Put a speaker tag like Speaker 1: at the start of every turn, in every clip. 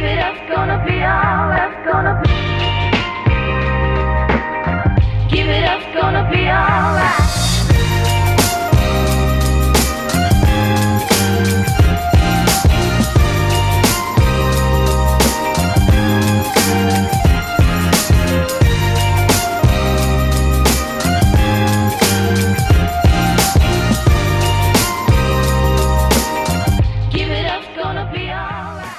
Speaker 1: gonna be all that's gonna be. Give it up's gonna be alright. Give it up's gonna be alright.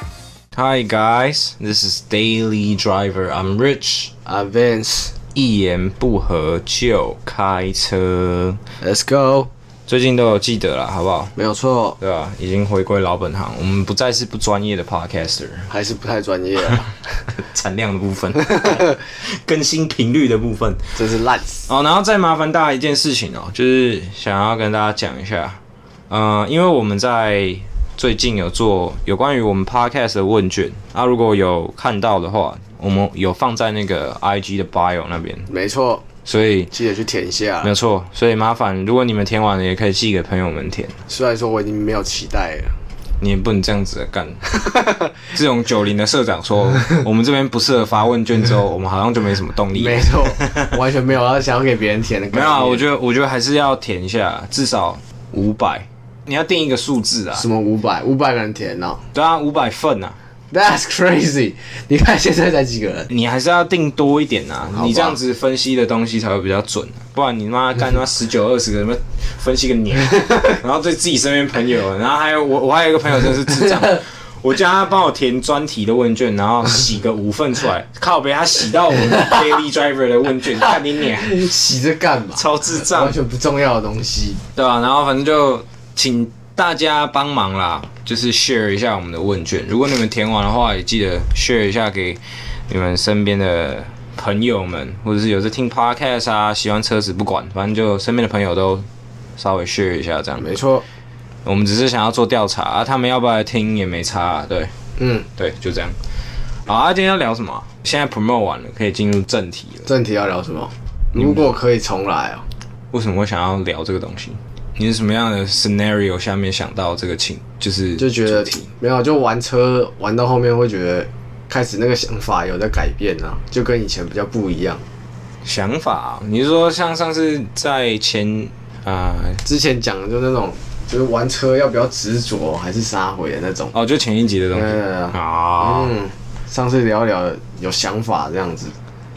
Speaker 2: Hi guys, this is Daily Driver. I'm Rich.
Speaker 3: Advance,
Speaker 2: 一言不合就开车，
Speaker 3: let's go，
Speaker 2: 最近都有记得了，好不好？
Speaker 3: 没有错，
Speaker 2: 对吧、已经回归老本行，我们不再是不专业的 podcaster，
Speaker 3: 还是不太专业 啊，
Speaker 2: 产量的部分，更新频率的部分。
Speaker 3: 真是烂死。
Speaker 2: 哦，然后再麻烦大家一件事情哦，就是想要跟大家讲一下，呃，因为我们在最近有做有关于我们 podcast 的问卷，啊，如果有看到的话，我们有放在那个 IG 的 bio 那边，
Speaker 3: 没错，
Speaker 2: 所以
Speaker 3: 记得去填一下
Speaker 2: 没。有错，所以麻烦如果你们填完了，也可以寄给朋友们填，
Speaker 3: 虽然说我已经没有期待了，
Speaker 2: 你也不能这样子 干。自从九零的社长说 我们这边不适合发问卷之后，我们好像就没什么动力了。
Speaker 3: 没错，完全没有要想要给别人填的感
Speaker 2: 没有啊，我觉
Speaker 3: 得
Speaker 2: 得我觉得还是要填一下，至少五百。你要定一个数字啊
Speaker 3: 什，么五百五百个人填哦
Speaker 2: 对啊，五百份啊，
Speaker 3: ，That's crazy！你看现在才几个人，
Speaker 2: 你还是要定多一点啊，
Speaker 3: 吧
Speaker 2: 你这样子分析的东西才会比较准、啊不然你妈干他妈十九二十个什么分析个年，然后对自己身边朋友，然后还有我我还有一个朋友真是智障，我叫他帮我填专题的问卷，然后洗个五份出来，靠被他洗到我们 daily driver 的问卷，看你脸，
Speaker 3: 洗这干嘛？
Speaker 2: 超智障
Speaker 3: 完，全不重要的东西。
Speaker 2: 对啊，然后反正就请大家帮忙啦，就是 share 一下我们的问卷。如果你们填完的话，也记得 share 一下给你们身边的朋友们，或者是有在听 podcast 啊，喜欢车子不管，反正就身边的朋友都稍微 share 一下这样。
Speaker 3: 没错，
Speaker 2: 我们只是想要做调查啊，他们要不要来听也没差、啊，对
Speaker 3: 嗯，
Speaker 2: 对，就这样。好啊，今天要聊什么啊？现在 promote 完了，可以进入正题了。
Speaker 3: 正题要聊什么？如果可以重来哦，
Speaker 2: 为什么会想要聊这个东西？你是什么样的 scenario 下面想到这个情，就是
Speaker 3: 就觉得没有，就玩车玩到后面会觉得开始那个想法有在改变啊，就跟以前比较不一样。
Speaker 2: 想法、啊你是说像上次在前啊、
Speaker 3: 之前讲的就那种，就是玩车要不要执着还是杀回的那种。
Speaker 2: 哦，就前一集的东西
Speaker 3: 嗯
Speaker 2: 啊？哎、
Speaker 3: 嗯，上次聊一聊有想法这样子，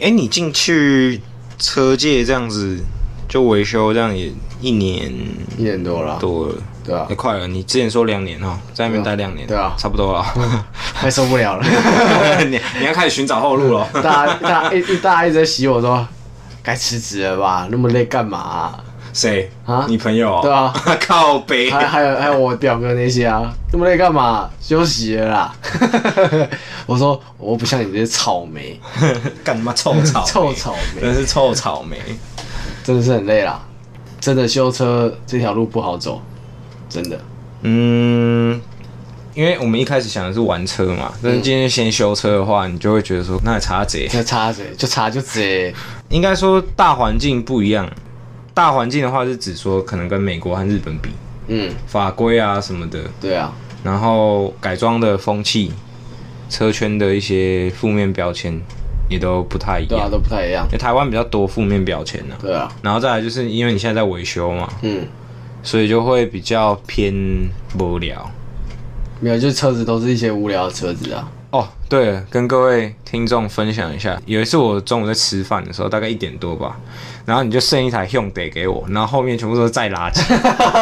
Speaker 2: 哎你进去车界这样子就维修，这样也一年
Speaker 3: 一年多了啊，
Speaker 2: 多了，
Speaker 3: 对啊
Speaker 2: 也、，快了。你之前说两年哦，在那边待两年，
Speaker 3: 对啊
Speaker 2: 差不多 了。
Speaker 3: 快受 不了了。
Speaker 2: 你你要开始寻找后路了。
Speaker 3: 大家大家一一大家一直在洗我说，该辞职了吧，那么累干嘛啊、
Speaker 2: 谁
Speaker 3: 啊
Speaker 2: 你朋友、哦？
Speaker 3: 对啊，
Speaker 2: 靠北。
Speaker 3: 还还有还有我表哥那些啊，那么累干嘛？休息了啦。 我说我不像你这些草莓，
Speaker 2: 干他妈臭草莓
Speaker 3: 臭草莓
Speaker 2: 真是臭草莓。
Speaker 3: 真的是很累啦。真的修车这条路不好走，真的。
Speaker 2: 嗯，因为我们一开始想的是玩车嘛，但是今天先修车的话，你就会觉得说那也差贼。
Speaker 3: 这差谁 就差就贼，
Speaker 2: 应该说大环境不一样，大环境的话是指说可能跟美国和日本比，
Speaker 3: 嗯，
Speaker 2: 法规啊什么的，
Speaker 3: 对啊，
Speaker 2: 然后改装的风气，车圈的一些负面标签也都不太一
Speaker 3: 对啊，
Speaker 2: 样。
Speaker 3: 都不太一样
Speaker 2: 因，为台湾比较多负面标签呢、啊，
Speaker 3: 对啊，
Speaker 2: 然后再来就是因为你现在在维修嘛，
Speaker 3: 嗯，
Speaker 2: 所以就会比较偏无聊。
Speaker 3: 没有，就车子都是一些无聊的车子啊，
Speaker 2: 哦，对了，跟各位听众分享一下，有一次我中午在吃饭的时候，大概一点多吧，然后你就剩一台 Hyundai 给我，然后后面全部都是载垃 圾，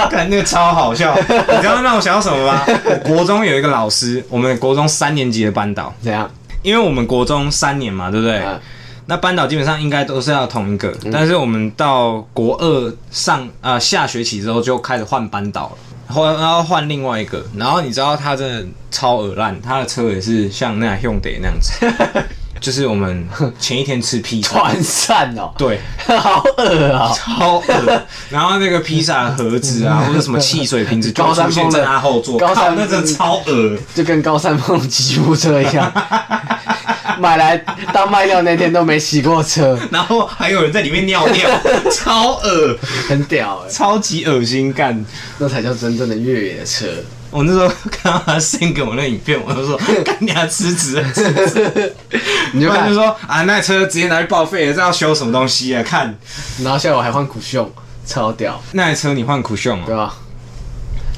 Speaker 2: 看那个超好笑。你知道让我想到什么吗？我国中有一个老师，我们国中三年级的班导，
Speaker 3: 怎样？
Speaker 2: 因为我们国中三年嘛，对不对？
Speaker 3: 嗯
Speaker 2: 那班导基本上应该都是要同一个，但是我们到国二上啊下学期之后就开始换班导了，后来然后换另外一个，然后你知道他真的超恶烂，他的车也是像那 Hyundai 那样子， 就是我们前一天吃披萨，
Speaker 3: 团扇哦，
Speaker 2: 对，
Speaker 3: 好恶啊、
Speaker 2: 超 恶，然后那个披萨的盒子啊或者什么汽水瓶子就
Speaker 3: 高
Speaker 2: 出
Speaker 3: 山
Speaker 2: 现
Speaker 3: 峰的
Speaker 2: 在他后座，
Speaker 3: 高山
Speaker 2: 靠那真的超恶。
Speaker 3: 就跟高山峰吉普车一 样，买来当卖掉那天都没洗过车，
Speaker 2: 然后还有人在里面尿 尿，超恶，
Speaker 3: 很屌哎、
Speaker 2: 超级恶心，干
Speaker 3: 那才叫真正的越野车，
Speaker 2: 我那时候看到他 send 给我那影片，我就说干你家吃纸啊，吃纸。
Speaker 3: 你就
Speaker 2: 不然
Speaker 3: 看
Speaker 2: 就，说啊，那车直接拿去报废了，这要修什么东西啊？看
Speaker 3: 然后下午还换苦胸，超屌，
Speaker 2: 那台车你换酷炫
Speaker 3: 对
Speaker 2: 哦，
Speaker 3: 吧、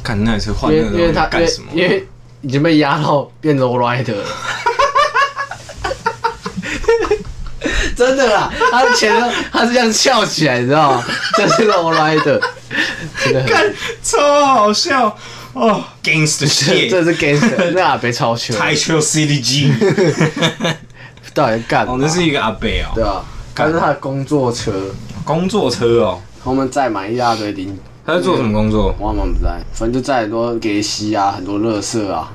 Speaker 2: 看那台车换
Speaker 3: 因
Speaker 2: 那
Speaker 3: 为
Speaker 2: 个东
Speaker 3: 因为
Speaker 2: 西
Speaker 3: 他因
Speaker 2: 干
Speaker 3: 为
Speaker 2: 什么？
Speaker 3: 因为已经被压到变 low rider 了。 真的啦，他的前头他是这样翘起来，你知道吗？这是 low rider，真的很，
Speaker 2: 干超好笑哦，gangster
Speaker 3: 这
Speaker 2: shit，
Speaker 3: 是 gangster，那阿北超球，
Speaker 2: 台球 CDG，
Speaker 3: 到底在干嘛？
Speaker 2: 哦，那是一个阿北哦，
Speaker 3: 对啊，他是他的工作车，
Speaker 2: 工作车哦，
Speaker 3: 他们载满一大堆零，
Speaker 2: 他在做什么工作？
Speaker 3: 我们不在，反正就载很多给息啊，很多垃圾啊，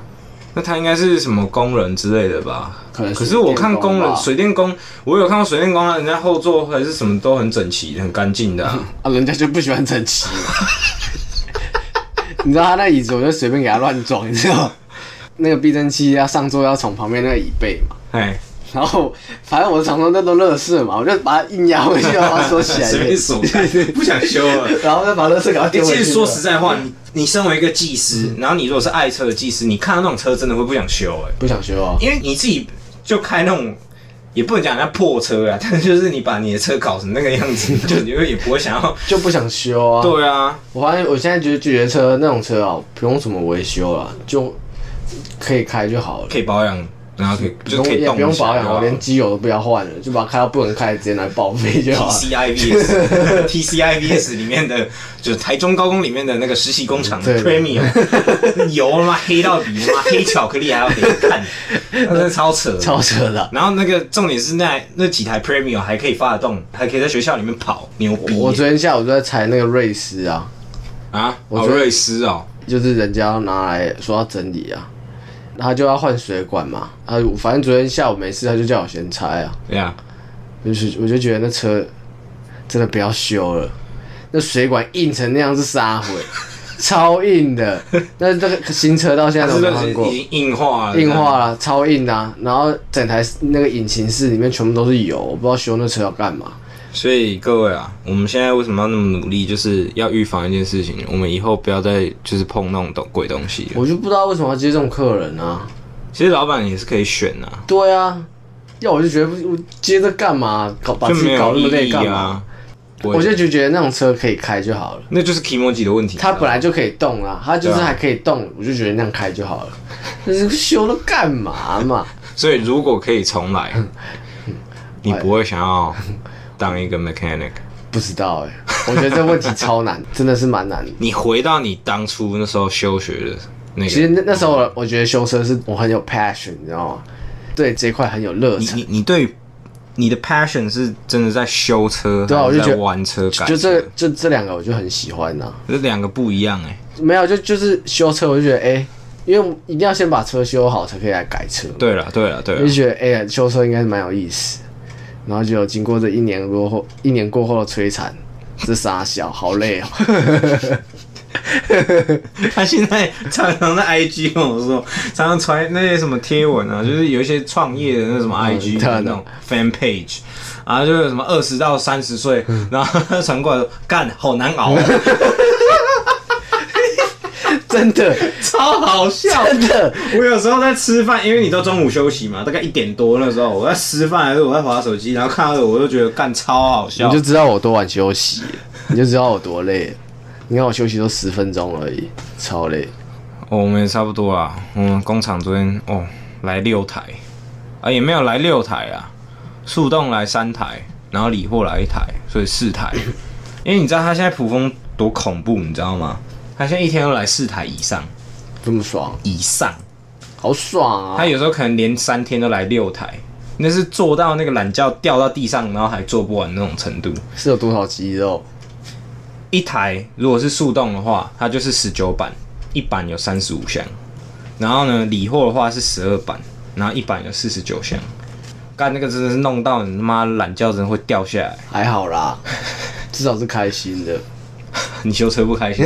Speaker 2: 那他应该是什么工人之类的吧？
Speaker 3: 可能
Speaker 2: 可是我看工人
Speaker 3: 水
Speaker 2: 水电工，我有看到水电工，啊人家后座还是什么都很整齐、很干净 的啊、
Speaker 3: 啊，人家就不喜欢整齐嘛。 你知道他那椅子，我就随便给他乱撞，你知道吗？那个避震器要上座要从旁边那个椅背嘛，
Speaker 2: 哎，
Speaker 3: 然后反正我常常那都乐事嘛，我就把它硬压回去，然后把它收起来一
Speaker 2: 随便
Speaker 3: 点，
Speaker 2: 手干，不想修了。
Speaker 3: 然后再把乐事给它
Speaker 2: 欸
Speaker 3: 丢
Speaker 2: 其
Speaker 3: 回去。嗯
Speaker 2: 实说实，在话，你你身为一个技师，然后你如果是爱车的技师，你看到那种车真的会不想修哎、
Speaker 3: 不想修啊，
Speaker 2: 因为你自己就开那种，也不能讲人家破车啊， 但是就是你把你的车搞成那个样子，就你会也不会想 要。
Speaker 3: 就不想修啊。
Speaker 2: 对啊，
Speaker 3: 我发现我现在觉得拒绝车那种车啊，不用什么维修了，就可以开就好了。
Speaker 2: 可以保养，然后可以
Speaker 3: 不
Speaker 2: 就
Speaker 3: 用
Speaker 2: 可以
Speaker 3: 也
Speaker 2: 动
Speaker 3: 不用保
Speaker 2: 一
Speaker 3: 养，
Speaker 2: 下
Speaker 3: 我连机油都不要换了，就把它开到不能开，直接拿来报废就好了。
Speaker 2: TCIVS TCIVS 里面的，就是台中高工里面的那个实习工厂
Speaker 3: 对
Speaker 2: Premium 油他妈黑到底，他妈黑巧克力还要给你看，那真的超扯，
Speaker 3: 超扯的啊。
Speaker 2: 然后那个重点是那那几台 Premium 还可以发得动，还可以在学校里面跑，牛逼耶！
Speaker 3: 我昨天下午就在裁那个瑞斯啊，
Speaker 2: 啊，
Speaker 3: 我
Speaker 2: 哦
Speaker 3: 觉得
Speaker 2: 瑞斯哦，
Speaker 3: 就是人家要拿来说要整理啊，然后就要换水管嘛。啊，反正昨天下午没事，他就叫我先拆啊。
Speaker 2: 对啊，
Speaker 3: 就是我就觉得那车真的不要修了，那水管硬成那样是撒毁，超硬的。那这个新车到现在
Speaker 2: 但是
Speaker 3: 都没
Speaker 2: 那
Speaker 3: 换
Speaker 2: 是
Speaker 3: 过，
Speaker 2: 已经硬化了，
Speaker 3: 硬化
Speaker 2: 了。
Speaker 3: 了，超硬的、啊。然后整台那个引擎室里面全部都是油，我不知道修那车要干嘛。
Speaker 2: 所以各位啊，我们现在为什么要那么努力，就是要预防一件事情，我们以后不要再就是碰那种东鬼东西了。
Speaker 3: 我就不知道为什么要接这种客人啊。
Speaker 2: 其实老板也是可以选啊，
Speaker 3: 对啊，要我就觉得我接着干嘛，搞把
Speaker 2: 就
Speaker 3: 自
Speaker 2: 没
Speaker 3: 己搞
Speaker 2: 有
Speaker 3: 那么累
Speaker 2: 意义
Speaker 3: 干嘛
Speaker 2: 啊？。我
Speaker 3: 我就就觉得那种车可以开就好了，
Speaker 2: 那就是 k i m o j i 的问题。啊
Speaker 3: 它本来就可以动啊，它就是
Speaker 2: 对啊
Speaker 3: 还可以动，我就觉得那样开就好了。但是修了干嘛嘛？
Speaker 2: 所以如果可以重来，
Speaker 3: 嗯哎
Speaker 2: 你不会想要当一个 mechanic。
Speaker 3: 不知道哎、我觉得这问题超难， 真的是蛮难的。
Speaker 2: 你回到你当初那时候休学的那
Speaker 3: 其实
Speaker 2: 个，
Speaker 3: 那那时候我我觉得修车是我很有 passion，你知道吗？对这一块很有热
Speaker 2: 你
Speaker 3: 忱。
Speaker 2: 你你对你的 passion 是真的在修车，
Speaker 3: 对啊
Speaker 2: 还是
Speaker 3: 我就觉
Speaker 2: 在
Speaker 3: 得
Speaker 2: 玩车改
Speaker 3: 就
Speaker 2: 车，
Speaker 3: 这就这两个我就很喜欢呐、
Speaker 2: 这两个不一样哎、
Speaker 3: 没有就就是修车，我就觉得哎、因为我们一定要先把车修好才可以来改车嘛。
Speaker 2: 对了对了对
Speaker 3: 我就
Speaker 2: 了，
Speaker 3: 觉得哎呀、修车应该是蛮有意思。然后就经过这一年过后，一年过后的摧残，这傻小，好累哦。
Speaker 2: 他现在常常在 IG 跟我说，常常传那些什么贴文啊，就是有一些创业的那什么 IG
Speaker 3: 对啊
Speaker 2: 的那种 fan page，然后就是什么二十到三十岁，
Speaker 3: 嗯
Speaker 2: 然后他传过来说，干好难熬 哦，
Speaker 3: 真的，
Speaker 2: 超好笑。
Speaker 3: 真的，
Speaker 2: 我有时候在吃饭，因为你都中午休息嘛，大概一点多那时候，我在吃饭还是我在划手机，然后看到这个我就觉得干超好
Speaker 3: 你
Speaker 2: 笑
Speaker 3: 就。知道我多晚休息，你就知道我多累了。你看我休息都十分钟而已，超累。
Speaker 2: 哦我们也差不多啦，我们工厂昨天哦来六台，啊也没有来六台啊，速冻来三台，然后理货来一台，所以四台。因为你知道他现在普丰多恐怖，你知道吗？他现在一天都来四台以上，
Speaker 3: 这么爽，
Speaker 2: 以上。
Speaker 3: 好爽
Speaker 2: 他
Speaker 3: 啊！
Speaker 2: 有时候可能连三天都来六台，那是做到那个懒觉掉到地上，然后还做不完那种程度。
Speaker 3: 是有多少肌肉？
Speaker 2: 一台如果是速冻的话，它就是十九版，一版有三十五箱，然后呢理货的话是十二版，然后一版有四十九箱。干那个真的是弄到你他妈懒觉真的会掉下来，
Speaker 3: 还好啦， 至少是开心的。
Speaker 2: 你修车不开 心？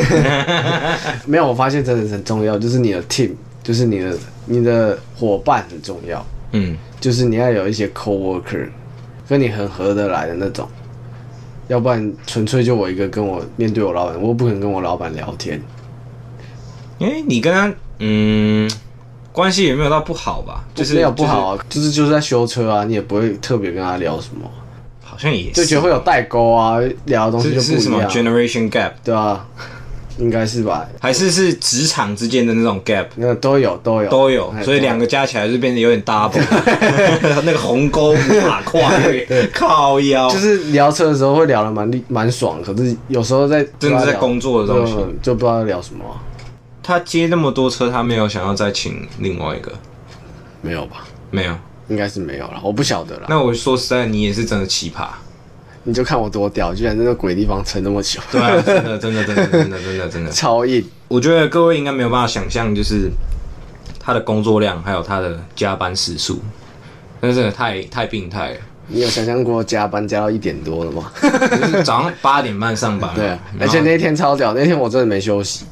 Speaker 3: 没有，我发现真的很重要，就是你的 team，就是你的你的伙伴很重要，
Speaker 2: 嗯，
Speaker 3: 就是你要有一些 coworker，跟你很合得来的那种，要不然纯粹就我一个跟我面对我老板，我不可能跟我老板聊天。
Speaker 2: 因为你跟他嗯，关系也没有到不好吧，就是
Speaker 3: 没有不好，啊，就是就是在修车啊，你也不会特别跟他聊什
Speaker 2: 就
Speaker 3: 么，
Speaker 2: 是好像也
Speaker 3: 就觉得会有代沟啊，聊的东西
Speaker 2: 是
Speaker 3: 就是
Speaker 2: 什
Speaker 3: 不一
Speaker 2: 么
Speaker 3: 样，
Speaker 2: generation gap，
Speaker 3: 对啊，应该是吧？
Speaker 2: 还是是职场之间的那种 gap
Speaker 3: 那都有都有
Speaker 2: 都有
Speaker 3: 哎，
Speaker 2: 所以两个加起来就变得有点 double，那个鸿沟无法 跨越，靠腰，
Speaker 3: 啊就是聊车的时候会聊的蛮厉蛮爽，可是有时候在
Speaker 2: 真的在工作的东西
Speaker 3: 就就不知道聊什么啊、
Speaker 2: 他接那么多车，他没有想要再请另外一个，
Speaker 3: 没有吧？
Speaker 2: 没有。
Speaker 3: 应该是没有了，我不晓得啦。
Speaker 2: 那我说实在，你也是真的奇葩，
Speaker 3: 你就看我多屌，居然在那鬼地方撑那么久，
Speaker 2: 对啊，真的，真的，真的，真的，真的，真的。
Speaker 3: 超硬。
Speaker 2: 我觉得各位应该没有办法想象，就是他的工作量还有他的加班时数，真的真的太太病态了。
Speaker 3: 你有想象过加班加到一点多 了吗？
Speaker 2: 就是早上八点半上班嘛，
Speaker 3: 对啊，而
Speaker 2: 然后
Speaker 3: 且那一天超屌，那天我真的没休息。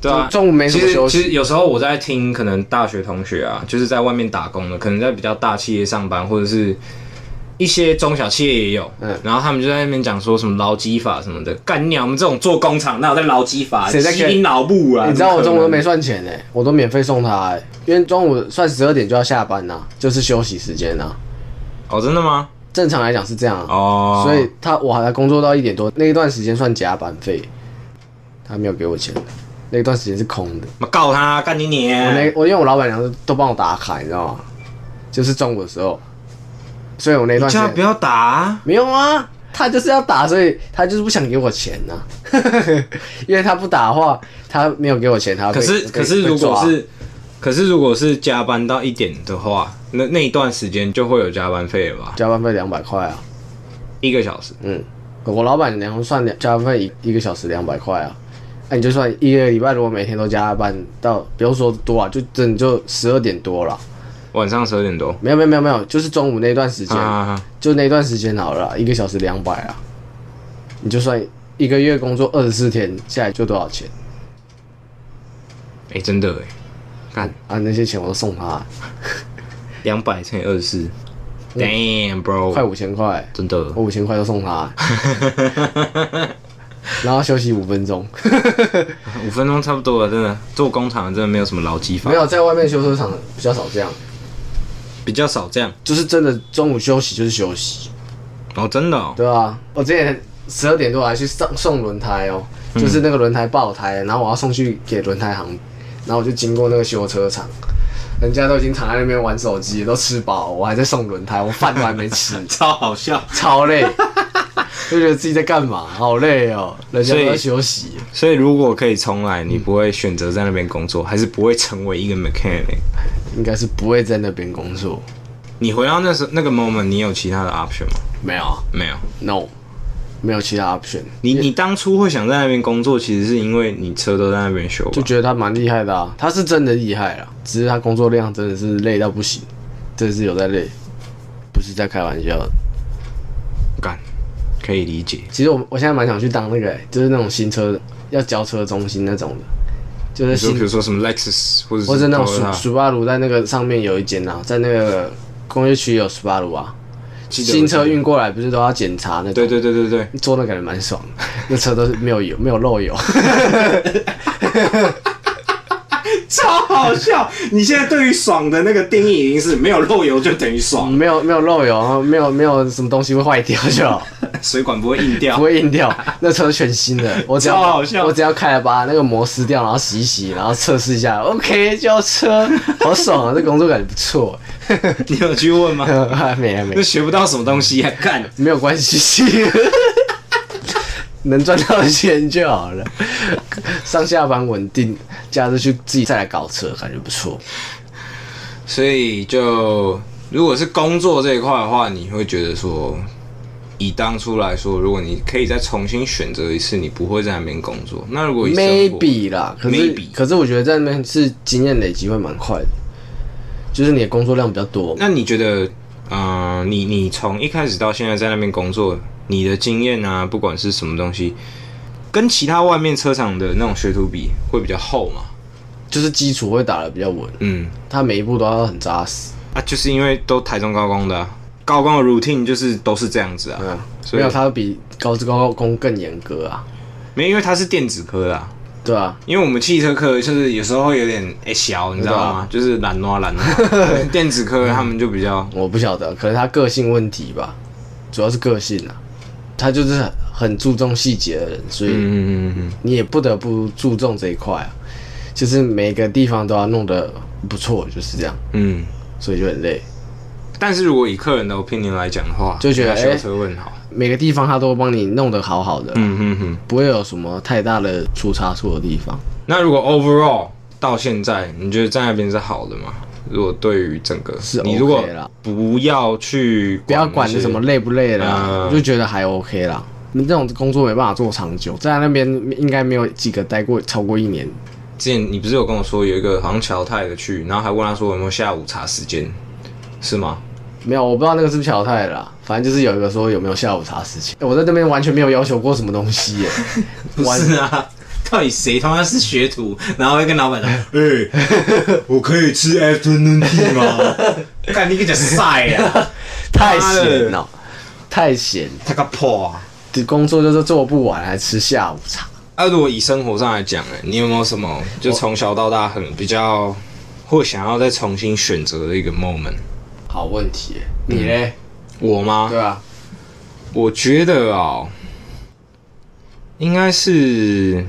Speaker 2: 对啊，
Speaker 3: 中中午没什
Speaker 2: 其
Speaker 3: 么
Speaker 2: 实
Speaker 3: 休息
Speaker 2: 其实有时候我在听，可能大学同学啊，就是在外面打工的，可能在比较大企业上班，或者是一些中小企业也有，
Speaker 3: 嗯
Speaker 2: 然后他们就在那边讲说什么劳基法什么的，干你啊！我们这种做工厂，哪有在劳基法？
Speaker 3: 谁在
Speaker 2: 鸡
Speaker 3: 跟
Speaker 2: 你脑部啊？
Speaker 3: 你知道我
Speaker 2: 怎
Speaker 3: 中
Speaker 2: 么
Speaker 3: 午
Speaker 2: 可
Speaker 3: 都
Speaker 2: 能
Speaker 3: 没算钱呢、我都免费送他、欸，因为中午算十二点就要下班啦、就是休息时间啦、
Speaker 2: 哦，真的吗？
Speaker 3: 正常来讲是这样啊、
Speaker 2: 哦，
Speaker 3: 所以他我还在工作到一点多，那一段时间算加班费，他没有给我钱，那一段时间是空的。
Speaker 2: 我告他，干你
Speaker 3: 我那
Speaker 2: 娘！
Speaker 3: 我因为我老板娘都帮我打卡，你知道吗？就是中午的时候，所以我那段时
Speaker 2: 叫他不
Speaker 3: 间
Speaker 2: 要打啊，
Speaker 3: 没有啊，他就是要打，所以他就是不想给我钱呐、 因为他不打的话，他没有给我钱，他被
Speaker 2: 可是
Speaker 3: 被
Speaker 2: 可是如果
Speaker 3: 被抓
Speaker 2: 是。可是，如果是加班到一点的话，那那一段时间就会有加班费了吧？
Speaker 3: 加班费两百块啊，
Speaker 2: 一个小时。
Speaker 3: 嗯，我老板娘算两加班费一一个小时两百块啊，那、你就算一个礼拜如果每天都加班到，不用说多啊，就真的就十二点多了，
Speaker 2: 晚上十二点多。
Speaker 3: 没有没有没有没有，就是中午那段时间，
Speaker 2: 啊，
Speaker 3: 就那段时间好了啦，一个小时两百啊，你就算一个月工作二十四天下来就多少钱
Speaker 2: 哎、真的哎，干
Speaker 3: 啊？那些钱我都送他、
Speaker 2: 两百乘以二十四，damn bro，
Speaker 3: 嗯快五千块，
Speaker 2: 真的，
Speaker 3: 我五千块都送他、 然后休息五分钟，
Speaker 2: 五分钟差不多了，真的。做工厂真的没有什么劳基法，
Speaker 3: 没有在外面修车厂比较少这样，
Speaker 2: 比较少这样。
Speaker 3: 就是真的中午休息就是休息，
Speaker 2: 哦，真的哦，
Speaker 3: 对啊，我之前十二点多还去上送轮胎哦、
Speaker 2: 嗯
Speaker 3: 就是那个轮胎爆胎，然后我要送去给轮胎行，然后我就经过那个修车厂，人家都已经躺在那边玩手机，都吃饱，我还在送轮胎，我饭都还没吃，
Speaker 2: 超好笑。
Speaker 3: 超累，就觉得自己在干嘛，好累哦、人家都
Speaker 2: 所
Speaker 3: 在
Speaker 2: 以
Speaker 3: 休息，
Speaker 2: 所以如果可以重来，你不会选择在那边工作，还是不会成为一个 mechanic？
Speaker 3: 应该是不会在那边工作，
Speaker 2: 你回到那时那个 moment，你有其他的 option 吗？
Speaker 3: 没有啊
Speaker 2: 没有。
Speaker 3: ，no，没有其他 option，
Speaker 2: 你你当初会想在那边工作，其实是因为你车都在那边修吧
Speaker 3: 就？觉得他蛮厉害的啊，他是真的厉害啊，只是他工作量真的是累到不行，真的是有在累，不是在开玩笑的。
Speaker 2: 干，可以理解。
Speaker 3: 其实我我现在蛮想去当那个、欸，就是那种新车要交车中心那种的，就是
Speaker 2: 你说比
Speaker 3: 新
Speaker 2: 如说什么 Lexus 或者是
Speaker 3: 或者那种
Speaker 2: Toyota
Speaker 3: 苏苏巴鲁在那个上面有一间啊，在那个工业区有苏巴鲁啊，
Speaker 2: 记得
Speaker 3: 新车运过来不是都要检查那种？
Speaker 2: 对对对对对，
Speaker 3: 做那感觉蛮爽的，那车都是没有油，没有漏油。
Speaker 2: 超好笑！你现在对于爽的那个定义已经是没有漏油就等于爽，
Speaker 3: 没有没有漏油，然后没有没有什么东西会坏掉就好，
Speaker 2: 水管不会硬
Speaker 3: 不
Speaker 2: 掉。
Speaker 3: 会硬掉。那车全新的，我只要
Speaker 2: 超好笑
Speaker 3: 我只要开了把那个膜撕掉，然后洗一洗，然后测试一下，OK 交车，好爽啊！这工作感觉不错。
Speaker 2: 你有去问 吗？
Speaker 3: 没有没
Speaker 2: 那
Speaker 3: 有
Speaker 2: 学不到什么东西啊！干，
Speaker 3: 没有关系， 能赚到钱就好了。上下班稳定，假日去自己再来搞车，感觉不错。
Speaker 2: 所以就如果是工作这一块的话，你会觉得说，以当初来说，如果你可以再重新选择一次，你不会在那边工作。那如果以生活
Speaker 3: maybe 啦，可是
Speaker 2: Maybe
Speaker 3: 可是我觉得在那边是经验累积会蛮快的，就是你的工作量比较多。
Speaker 2: 那你觉得，嗯、你你从一开始到现在在那边工作，你的经验啊，不管是什么东西，跟其他外面车厂的那种学徒比，会比较厚嘛？
Speaker 3: 就是基础会打得比较稳，
Speaker 2: 嗯，
Speaker 3: 他每一步都要很扎实。
Speaker 2: 啊，就是因为都台中高工的啊、高工的 routine 就是都是这样子啊，
Speaker 3: 嗯，
Speaker 2: 所以
Speaker 3: 没有他比高职高工更严格啊。
Speaker 2: 没有因为它是电子科啦、
Speaker 3: 对啊，
Speaker 2: 因为我们汽车科就是有时候会有点哎小，你知道嗯吗？就是懒惰懒 惰。电子科他们就比较，
Speaker 3: 我不晓得，可能他个性问题吧，主要是个性啊，他就是很很注重细节的人，所以
Speaker 2: 嗯嗯嗯
Speaker 3: 你也不得不注重这一块啊，就是每个地方都要弄得不错，就是这样，
Speaker 2: 嗯。
Speaker 3: 所以就很累。
Speaker 2: 但是如果以客人的 opinion 来讲的话，
Speaker 3: 就觉得
Speaker 2: 把
Speaker 3: 哎
Speaker 2: 修车问好。
Speaker 3: 每个地方他都帮你弄得好好的，
Speaker 2: 嗯嗯嗯。
Speaker 3: 不会有什么太大的出差错的地方。
Speaker 2: 那如果 overall 到现在，你觉得在那边是好的吗？如果对于整个
Speaker 3: 是
Speaker 2: 你如果
Speaker 3: OK 啦
Speaker 2: 不要去
Speaker 3: 不要管
Speaker 2: 那些
Speaker 3: 什么累不累啦，
Speaker 2: 嗯
Speaker 3: 我就觉得还 OK 啦。你这种工作没办法做长久，在那边应该没有几个待过超过一年。
Speaker 2: 之前你不是有跟我说有一个好像乔泰的去，然后还问他说有没有下午茶时间，是吗？
Speaker 3: 没有，我不知道那个是不是小太啦，反正就是有一个说有没有下午茶事情。欸我在那边完全没有要求过什么东西 耶、
Speaker 2: 不是啊， 到底谁他妈是学徒，然后会跟老 板讲，哎、 我可以吃 afternoon tea 吗？ 看你个讲晒啊，
Speaker 3: 太闲了，太闲，
Speaker 2: 他个破啊！
Speaker 3: 这工作就是做不完，还吃下午茶。
Speaker 2: 啊，如果以生活上来讲，哎，你有没有什么就从小到大很比较，或想要再重新选择的一个 moment？
Speaker 3: 好问题耶、你嘞？
Speaker 2: 我吗？
Speaker 3: 对啊，
Speaker 2: 我觉得哦，应该是，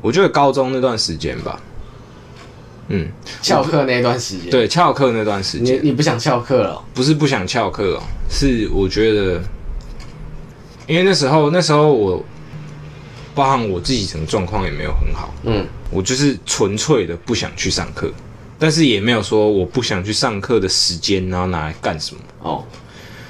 Speaker 2: 我觉得高中那段时间吧。嗯，
Speaker 3: 翘课那段时间，，
Speaker 2: 对，翘课那段时
Speaker 3: 你
Speaker 2: 间，
Speaker 3: 你不想翘课了哦、
Speaker 2: 不是不想翘课哦，是我觉得，因为那时候那时候我，包含我自己整个状况也没有很好，
Speaker 3: 嗯，
Speaker 2: 我就是纯粹的不想去上课，但是也没有说我不想去上课的时间，然后拿来干什么。
Speaker 3: 哦，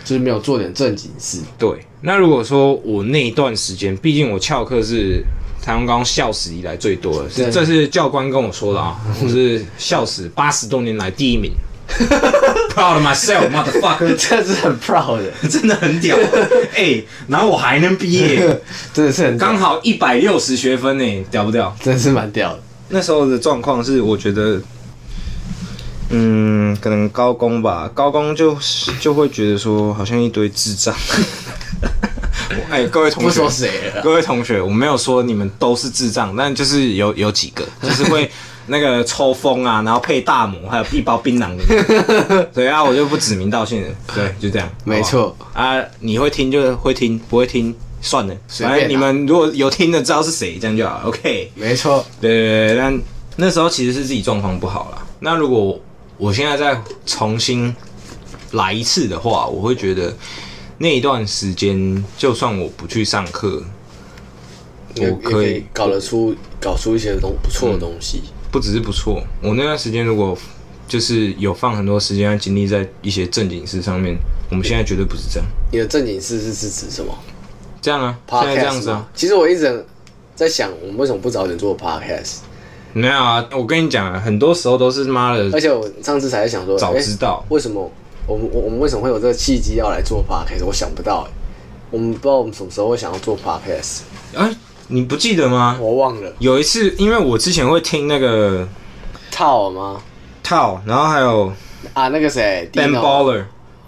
Speaker 3: 就是没有做点正经事。
Speaker 2: 对，那如果说我那一段时间，毕竟我翘课是台湾高中校史以来最多的，是
Speaker 3: 对
Speaker 2: 这是教官跟我说的啊，我是校史八十多年来第一名，proud of myself motherfucker，
Speaker 3: 这是很 proud 的，
Speaker 2: 真的很屌，哎、然后我还能毕业，
Speaker 3: 真的是很
Speaker 2: 刚好一百六十学分呢、屌不屌？
Speaker 3: 真的是蛮屌的。
Speaker 2: 那时候的状况是，我觉得，嗯，可能高工吧，高工就是就会觉得说，好像一堆智障。 哎、各位同学，
Speaker 3: 不说啊谁了啦，
Speaker 2: 各位同学，我没有说你们都是智障，但就是有有几个就是 会那个抽风啊，然后配大母，还有一包槟榔的。对啊，我就不指名道姓了。对，就这样。
Speaker 3: 没错
Speaker 2: 好不好啊，你会听就会听，不会听算了。
Speaker 3: 随便啊
Speaker 2: 反正你们如果有听的，知道是谁，这样就好。OK。
Speaker 3: 没错，
Speaker 2: 对对对，但那时候其实是自己状况不好啦。那如果我现在再重新来一次的话，我会觉得那一段时间，就算我不去上课，
Speaker 3: 也
Speaker 2: 我可以
Speaker 3: 搞得出搞出一些东不错的东西。
Speaker 2: 不只是不错，我那段时间如果就是有放很多时间和精力在一些正经事上面，我们现在绝对不是这样，
Speaker 3: 你的正经事是是指什么
Speaker 2: 这样啊，现在这样
Speaker 3: 嗯？podcast
Speaker 2: 子啊
Speaker 3: 吗。？其实我一直在想，我们为什么不早点做 podcast？
Speaker 2: 没有啊，我跟你讲啊，很多时候都是妈
Speaker 3: 而
Speaker 2: 的
Speaker 3: 且我上次才在想说，
Speaker 2: 早
Speaker 3: 诶
Speaker 2: 知道
Speaker 3: 为什么我们我我们为什么会有这个契机要来做 podcast？我想不到、诶我们不知道我们什么时候会想要做 podcast，
Speaker 2: 啊，你不记得吗？
Speaker 3: 我忘了
Speaker 2: 有一次，因为我之前会听那个
Speaker 3: 套吗？
Speaker 2: 套，然后还有
Speaker 3: 啊，那个谁
Speaker 2: Ben
Speaker 3: Dino
Speaker 2: Baller。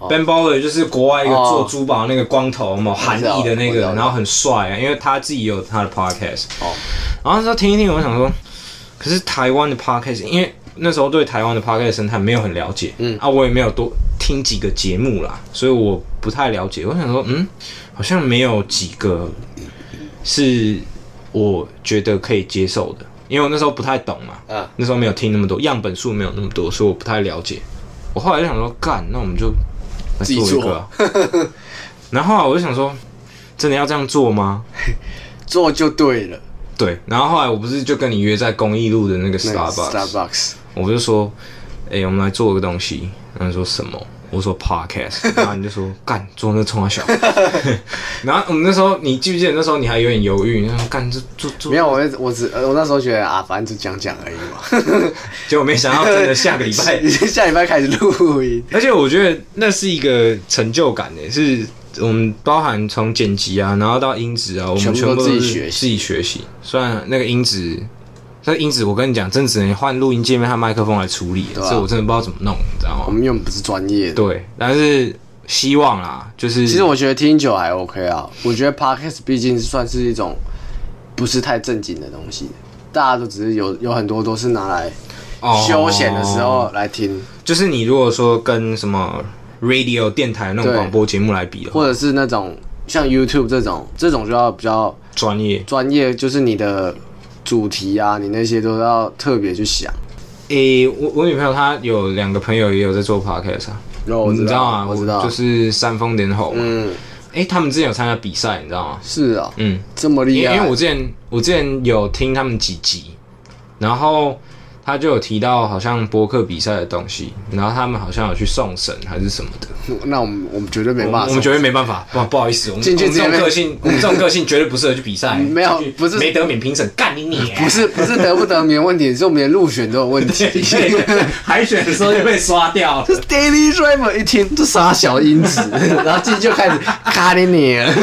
Speaker 2: Ben Baller 就是国外一个
Speaker 3: 哦
Speaker 2: 做珠宝那个光头嘛，韩裔的那
Speaker 3: 我知
Speaker 2: 个，
Speaker 3: 道
Speaker 2: 然后很帅啊，因为他自己有他的 podcast，
Speaker 3: 哦，
Speaker 2: 然后那时候听一听，我想说，可是台湾的 podcast，因为那时候对台湾的 podcast 生态没有很了解，
Speaker 3: 嗯
Speaker 2: 啊，我也没有多听几个节目啦，所以我不太了解。我想说，嗯，好像没有几个是我觉得可以接受的，因为我那时候不太懂嘛，
Speaker 3: 啊，
Speaker 2: 那时候没有听那么多，样本数没有那么多，所以我不太了解。我后来就想说，干，那我们就来
Speaker 3: 自己
Speaker 2: 做一个啊、 然后后来我就想说，真的要这样做吗？
Speaker 3: 做就对了。
Speaker 2: 对，然后后来我不是就跟你约在公益路的那个 Starbucks，
Speaker 3: Starbucks，
Speaker 2: 我就说，哎、我们来做个东西。然后你说什么？我说 podcast，然后你就说干做那冲啊小。 然后我们那时候，你记不记得那时候你还有点犹豫，你说干这做做
Speaker 3: 没有，我我只呃我那时候觉得啊，反正就讲讲而已嘛。
Speaker 2: 结果没想到真的下 个礼 拜
Speaker 3: 下礼拜开始录音，
Speaker 2: 而且我觉得那是一个成就感诶，是我们包含从剪辑啊，然后到音质啊，我们
Speaker 3: 全
Speaker 2: 全
Speaker 3: 部
Speaker 2: 部
Speaker 3: 都自己
Speaker 2: 是
Speaker 3: 学习
Speaker 2: 自己学习。虽然那个音质，那音质我跟你讲，真的只能换录音界面和麦克风来处理，
Speaker 3: 啊
Speaker 2: 所以我真的不知道怎么弄，你知道
Speaker 3: 我
Speaker 2: 吗？
Speaker 3: 们又不是专业的。
Speaker 2: 对，但是希望啦，就是
Speaker 3: 其实我觉得听久还 OK 啊，我觉得 Podcast 毕竟算是一种不是太正经的东西，大家都只是有有很多都是拿来
Speaker 2: 哦
Speaker 3: 休闲的时候来听，
Speaker 2: 就是你如果说跟什么 radio 电台那种
Speaker 3: 对
Speaker 2: 广播节目来比的话，
Speaker 3: 或者是那种像 YouTube 这种，这种就要比较
Speaker 2: 专业
Speaker 3: 专业，就是你的主题啊，你那些都要特别去想。
Speaker 2: 诶、我我女朋友她有两个朋友也有在做 podcast 啊，
Speaker 3: 有哦我
Speaker 2: 你知道吗？
Speaker 3: 我知道，
Speaker 2: 就是煽风点火嘛。
Speaker 3: 嗯，
Speaker 2: 诶、他们之前有参加比赛，你知道吗？
Speaker 3: 是啊，
Speaker 2: 嗯，
Speaker 3: 这么厉
Speaker 2: 因
Speaker 3: 害，
Speaker 2: 为因为我之前我之前有听他们几集，然后他就有提到好像播客比赛的东西，然后他们好像有去送审还是什么的，
Speaker 3: 那我们我们绝对没
Speaker 2: 我
Speaker 3: 办法
Speaker 2: 们
Speaker 3: 送，
Speaker 2: 我们绝对没办法，不不好意思，我们
Speaker 3: 进去
Speaker 2: 我们
Speaker 3: 直接
Speaker 2: 这种
Speaker 3: 被
Speaker 2: 个性，我们这种个性绝对不适合去比赛，
Speaker 3: 没有
Speaker 2: 进去
Speaker 3: 不是
Speaker 2: 没得免评审，干你你，
Speaker 3: 不是不是得不得名问题，是我们连入选都有问题。
Speaker 2: 对 对对海选的时候就被刷掉了
Speaker 3: 这。Daily Driver 一听这傻小音质， 然后进去就开始卡你你 了，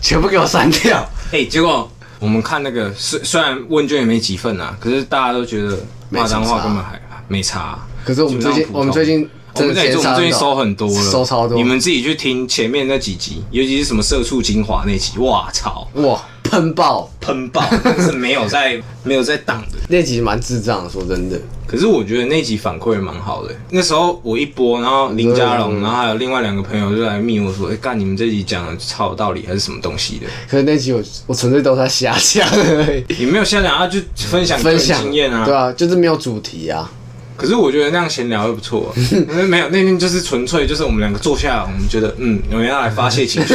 Speaker 3: 全部给我删掉。
Speaker 2: 哎、结果我们看那个，虽虽然问卷也没几份啊，可是大家都觉得
Speaker 3: 没
Speaker 2: 骂脏话
Speaker 3: 差
Speaker 2: 根本还没差啊、
Speaker 3: 可是我们最
Speaker 2: 基本上
Speaker 3: 近
Speaker 2: 普通
Speaker 3: 我们最近
Speaker 2: 我
Speaker 3: 真
Speaker 2: 们
Speaker 3: 的
Speaker 2: 在
Speaker 3: 减
Speaker 2: 我
Speaker 3: 少
Speaker 2: 们最近收很多了，
Speaker 3: 收超多，
Speaker 2: 你们自己去听前面那几集，尤其是什么社畜精华那集，哇操，
Speaker 3: 哇喷爆
Speaker 2: 喷 爆，是没有在没有在挡的。
Speaker 3: 那集蛮智障的，说真的，
Speaker 2: 可是我觉得那集反馈蛮好的、那时候我一播，然后林家龙，
Speaker 3: 嗯
Speaker 2: 然后还有另外两个朋友就来密我说：“哎、干你们这集讲的超有道理，还是什么东西的？”
Speaker 3: 可是那集我我纯粹都在瞎讲而已。
Speaker 2: 也没有瞎讲，他就分享个
Speaker 3: 分
Speaker 2: 人
Speaker 3: 享
Speaker 2: 经验啊，
Speaker 3: 对啊，就是没有主题啊，
Speaker 2: 可是我觉得那样闲聊会不错、啊，因为没有那天就是纯粹就是我们两个坐下来，我们觉得嗯，我们要来发泄情 绪，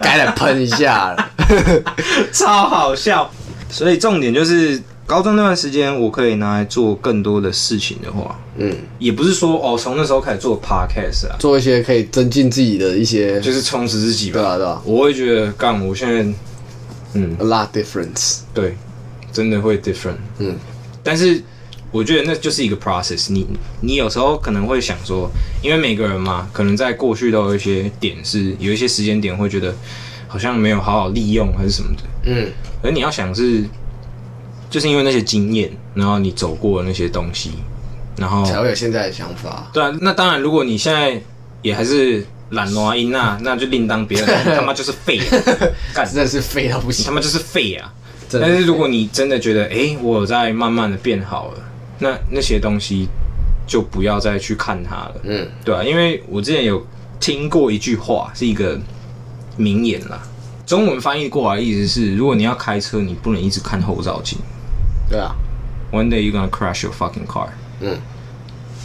Speaker 3: 该来喷一下了。
Speaker 2: 超好笑。所以重点就是高中那段时间，我可以拿来做更多的事情的话，
Speaker 3: 嗯，
Speaker 2: 也不是说哦从那时候开始做 podcast 啊，
Speaker 3: 做一些可以增进自己的一些，
Speaker 2: 就是充实自己吧。
Speaker 3: 对啊对啊
Speaker 2: 我会觉得干，我现在嗯
Speaker 3: a lot difference。
Speaker 2: 对，真的会 different。
Speaker 3: 嗯，
Speaker 2: 但是我觉得那就是一个 process 你。你有时候可能会想说，因为每个人嘛，可能在过去都有一些点是有一些时间点会觉得好像没有好好利用还是什么的。
Speaker 3: 嗯，
Speaker 2: 而你要想是，就是因为那些经验，然后你走过的那些东西，然后
Speaker 3: 才会有现在的想法。
Speaker 2: 对啊，那当然，如果你现在也还是懒惰啊、阴啊，那就另当别论，你他妈就是废、啊，干
Speaker 3: 真的是废到不
Speaker 2: 你他
Speaker 3: 行。
Speaker 2: 妈就是废啊！
Speaker 3: 真的
Speaker 2: 但是如果你真的觉得，诶，我有在慢慢的变好了，那那些东西就不要再去看它了，
Speaker 3: 嗯，
Speaker 2: 对啊，因为我之前有听过一句话，是一个名言啦，中文翻译过来的意思是，如果你要开车，你不能一直看后照镜
Speaker 3: 对啊，
Speaker 2: ，One day you gonna crash your fucking car。
Speaker 3: 嗯，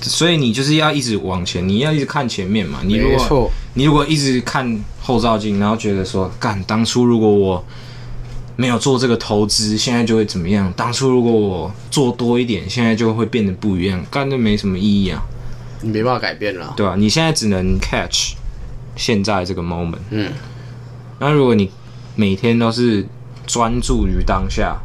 Speaker 2: 所以你就是要一直往前，你要一直看前面嘛。你如
Speaker 3: 没
Speaker 2: 果
Speaker 3: 错
Speaker 2: 你如果一直看后照镜，然后觉得说，干，当初如果我没有做这个投资，现在就会怎么样？当初如果我做多一点，现在就会变得不一样，干那没什么意义啊，
Speaker 3: 你没办法改变了。啊
Speaker 2: 对吧、你现在只能 catch 现在这个 moment。
Speaker 3: 嗯，
Speaker 2: 那如果你每天都是专注于当下，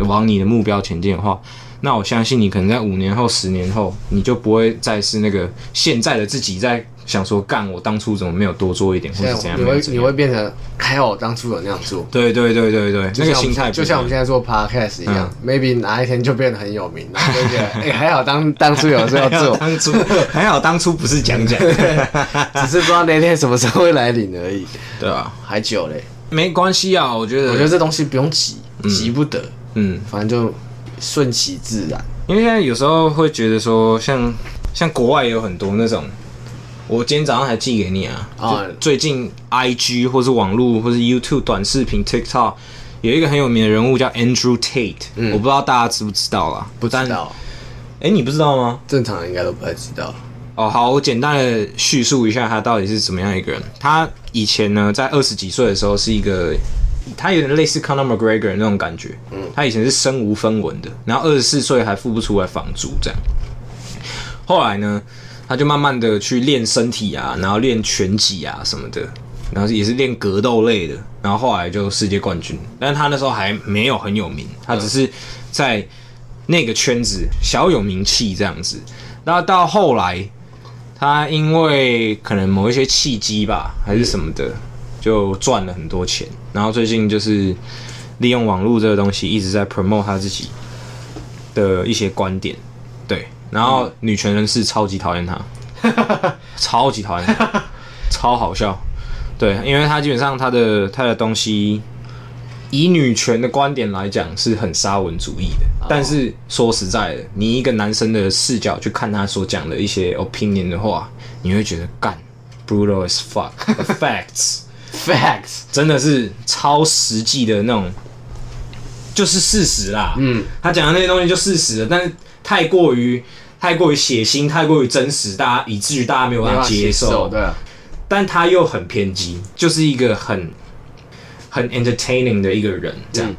Speaker 2: 往你的目标前进的话，那我相信你可能在五年后、十年后，你就不会再是那个现在的自己在想说，干我当初怎么没有多做一点，或
Speaker 3: 现
Speaker 2: 者怎
Speaker 3: 在
Speaker 2: 样
Speaker 3: 你
Speaker 2: 没有
Speaker 3: 会
Speaker 2: 怎
Speaker 3: 你
Speaker 2: 样
Speaker 3: 会。变成，还好我当初有那样做。
Speaker 2: 对对对对对，那个心态
Speaker 3: 就像我们现
Speaker 2: 在
Speaker 3: 在做 podcast 一样、
Speaker 2: 嗯
Speaker 3: m a y b e 哪一天就变得很有名，就 觉得哎、还好当当初有这样做，
Speaker 2: 当初还好，当初不是讲讲，
Speaker 3: 只是不知道那天什么时候会来临而已，
Speaker 2: 对啊，
Speaker 3: 还久嘞。
Speaker 2: 没关系啊，我觉得，
Speaker 3: 我觉得这东西不用急，急不得，
Speaker 2: 嗯，
Speaker 3: 反正就顺其自然。
Speaker 2: 因为现在有时候会觉得说像，像国外也有很多那种，我今天早上还寄给你啊，
Speaker 3: 啊
Speaker 2: 就最近 I G 或是网络或是 YouTube 短视频 TikTok 有一个很有名的人物叫 Andrew Tate，、我不知道大家知不知道啦，
Speaker 3: 嗯不
Speaker 2: 但
Speaker 3: 知，道，
Speaker 2: 哎、你不知道吗？
Speaker 3: 正常人应该都不太知道。
Speaker 2: 哦，好，我简单的叙述一下他到底是怎么样一个人。他以前呢，在二十几岁的时候是一个，他有点类似 Conor McGregor 那种感觉。嗯，他以前是身无分文的，然后二十四岁还付不出来房租这样。后来呢，他就慢慢的去练身体啊，然后练拳击啊什么的，然后也是练格斗类的，然后后来就世界冠军。但是他那时候还没有很有名，他只是在那个圈子小有名气这样子。那到后来，他因为可能某一些契机吧，还是什么的，就赚了很多钱。然后最近就是利用网络这个东西，一直在 promote 他自己的一些观点，对。然后女权人士超级讨厌他，超级讨厌他，超好笑。对，因为他基本上他的他的东西，以女权的观点来讲是很沙文主义的。但是说实在的，你一个男生的视角去看他所讲的一些 opinion 的话，你会觉得干 brutal as fuck facts，
Speaker 3: Facts，
Speaker 2: 真的是超实际的那种，就是事实啦。嗯，他讲的那些东西就事实了，但是太过于太过于血腥，太过于真实，大家以至于大家没有办法接受。
Speaker 3: 对啊，
Speaker 2: 但他又很偏激，就是一个很很 entertaining 的一个人，这样。
Speaker 3: 嗯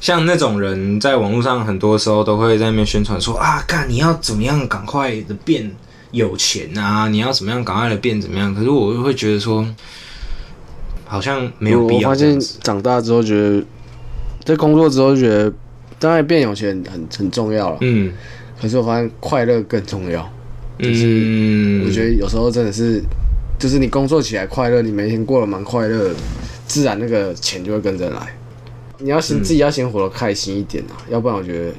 Speaker 2: 像那种人，在网络上很多时候都会在那边宣传说啊，干你要怎么样赶快的变有钱啊，你要怎么样赶快的变怎么样？可是我又会觉得说，好像没有
Speaker 3: 我
Speaker 2: 必
Speaker 3: 我
Speaker 2: 要
Speaker 3: 发
Speaker 2: 这
Speaker 3: 现
Speaker 2: 样子。
Speaker 3: 长大之后觉得，在工作之后觉得，当然变有钱很很重要了，
Speaker 2: 嗯
Speaker 3: 可是我发现快乐更重要。
Speaker 2: 嗯，
Speaker 3: 我觉
Speaker 2: 得
Speaker 3: 得有时候真的是，就是你工作起来快乐，你每天过得蛮快乐的，自然那个钱就会跟着来。你要先自己要先活得开心一点啊，要不然我觉得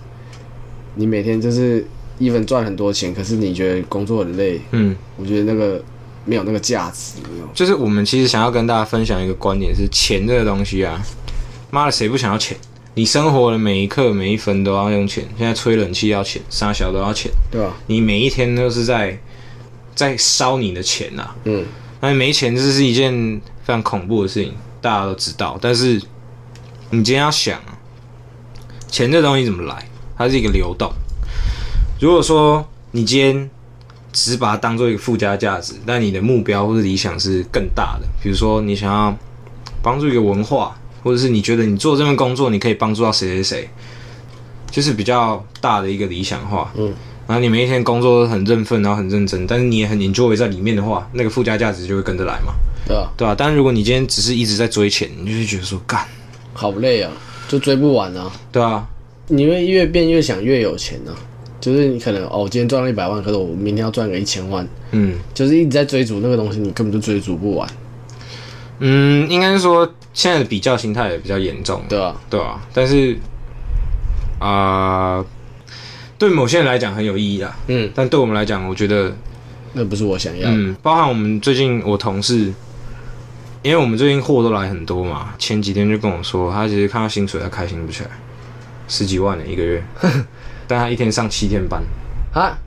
Speaker 3: 你每天就是一分赚很多钱，可是你觉得工作很累，
Speaker 2: 嗯，
Speaker 3: 我觉得那个没有那个价值，没有。
Speaker 2: 就是我们其实想要跟大家分享一个观点是，钱这个东西啊，妈的，谁不想要钱？你生活的每一刻每一分都要用钱，现在吹冷气要钱，杀小都要钱，
Speaker 3: 对吧、
Speaker 2: 你每一天都是在在烧你的钱呐、啊。
Speaker 3: 嗯，
Speaker 2: 那没钱这是一件非常恐怖的事情，大家都知道。但是你今天要想啊，钱这东西怎么来？它是一个流动。如果说你今天只是把它当做一个附加价值，但你的目标或者理想是更大的，比如说你想要帮助一个文化，或者是你觉得你做这份工作你可以帮助到谁谁谁，就是比较大的一个理想化。嗯，然后你每一天工作都很认份，然后很认真，但是你也很 enjoy 在里面的话，那个附加价值就会跟着来嘛，
Speaker 3: 对啊吧、
Speaker 2: 对吧、啊但如果你今天只是一直在追钱，你就会觉得说干，
Speaker 3: 好累啊，就追不完啊。
Speaker 2: 对啊，
Speaker 3: 你会越变越想越有钱啊，就是你可能哦，我今天赚了一百万，可是我明天要赚个一千万，
Speaker 2: 嗯
Speaker 3: 就是一直在追逐那个东西，你根本就追逐不完，
Speaker 2: 嗯，应该是说现在的比较心态也比较严重，
Speaker 3: 对吧、
Speaker 2: 对啊，但是啊、对某些人来讲很有意义啦，
Speaker 3: 嗯，
Speaker 2: 但对我们来讲，我觉得
Speaker 3: 那不是我想要的。
Speaker 2: 嗯，包含我们最近我同事，因为我们最近货都来很多嘛，前几天就跟我说，他其实看到薪水他开心不起来，十几万呢一个月， 但他一天上七天班，
Speaker 3: 啊？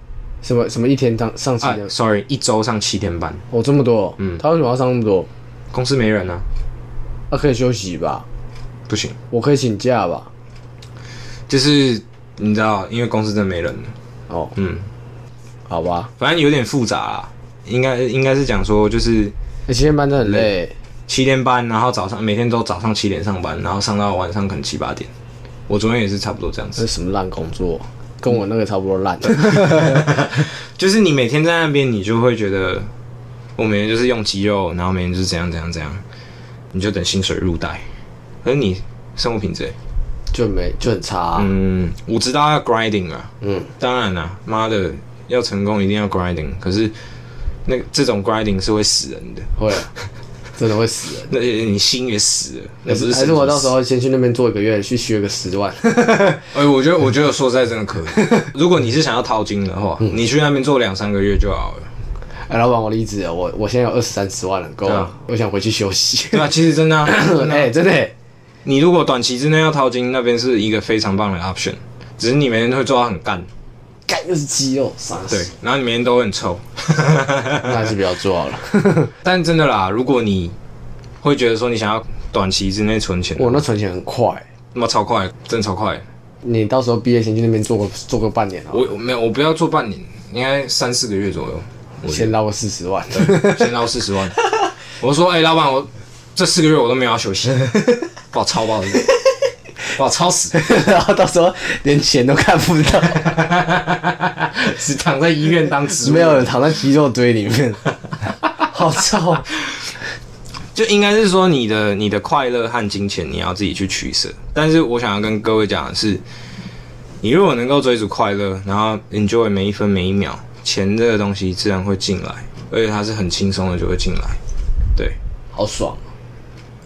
Speaker 3: 什么什么一天当上七
Speaker 2: 啊
Speaker 3: 天？
Speaker 2: ，sorry，一周上七天班，
Speaker 3: 哦，这么多？
Speaker 2: 嗯
Speaker 3: 他为什么要上那么多？
Speaker 2: 公司没人啊，
Speaker 3: 他、可以休息吧？
Speaker 2: 不行，
Speaker 3: 我可以请假吧？
Speaker 2: 就是你知道，因为公司真的没人了，
Speaker 3: 哦，
Speaker 2: 嗯，
Speaker 3: 好吧。
Speaker 2: 反正有点复杂啦，应该应该是讲说就是
Speaker 3: 那、哎七天班真的很累，
Speaker 2: 七天班，然后早上每天都早上七点上班，然后上到晚上可能七八点，我昨天也是差不多这样子
Speaker 3: 这是。什么烂工作？跟我那个差不多烂。
Speaker 2: 嗯就是你每天在那边，你就会觉得我每天就是用肌肉，然后每天就是怎样怎样怎样，你就等薪水入袋。可是你生活品质欸、
Speaker 3: 就没就很差、啊。
Speaker 2: 嗯，我知道要 grinding 啊，
Speaker 3: 嗯，
Speaker 2: 当然啦、妈的，要成功一定要 grinding。可是那个这种 grinding 是会死人的，
Speaker 3: 会，真的会死人。
Speaker 2: 那你心也死了， 那
Speaker 3: 还
Speaker 2: 不
Speaker 3: 是
Speaker 2: 是
Speaker 3: 还是我到时，候先去那边做一个月，去削个十万。
Speaker 2: 哎、我觉得我觉得说实在真的 可以。如果你是想要淘金的话，
Speaker 3: 嗯
Speaker 2: 你去那边做两三个月就好了。
Speaker 3: 哎，老板，我离职了，我我现在有二十三十万了，够
Speaker 2: 对
Speaker 3: 了
Speaker 2: 啊，
Speaker 3: 我想回去休息。
Speaker 2: 对啊，其实真的 啊、真的啊
Speaker 3: 哎、真的欸、
Speaker 2: 你如果短期之内要淘金，那边是一个非常棒的 option，只是你每天都会做到很干，
Speaker 3: 干又是肌肉，傻
Speaker 2: 对
Speaker 3: 死，，
Speaker 2: 然后你每天都很臭。
Speaker 3: 那还是不要做好了。
Speaker 2: 但真的啦，如果你会觉得说你想要短期之内存钱，
Speaker 3: 我那存钱很快、
Speaker 2: 那么超快，真的超快。
Speaker 3: 你到时候毕业前去那边做个做个半年啊，
Speaker 2: 我我没有，我不要做半年，应该三四个月左右，我
Speaker 3: 先捞个四十万。
Speaker 2: 先捞四十万。我说，哎、老板，我这四个月我都没有要休 息，把我超爆的，把我超死，
Speaker 3: 然后到时候连钱都看不 到，
Speaker 2: 只躺在医院当植物
Speaker 3: 没有人躺在肌肉堆里面， 好臭。
Speaker 2: 就应该是说你的你的快乐和金钱你要自己去取舍。但是我想要跟各位讲的是，你如果能够追逐快乐，然后 enjoy 每一分每一秒，钱这个东西自然会进来，而且它是很轻松的就会进来。对，
Speaker 3: 好爽啊，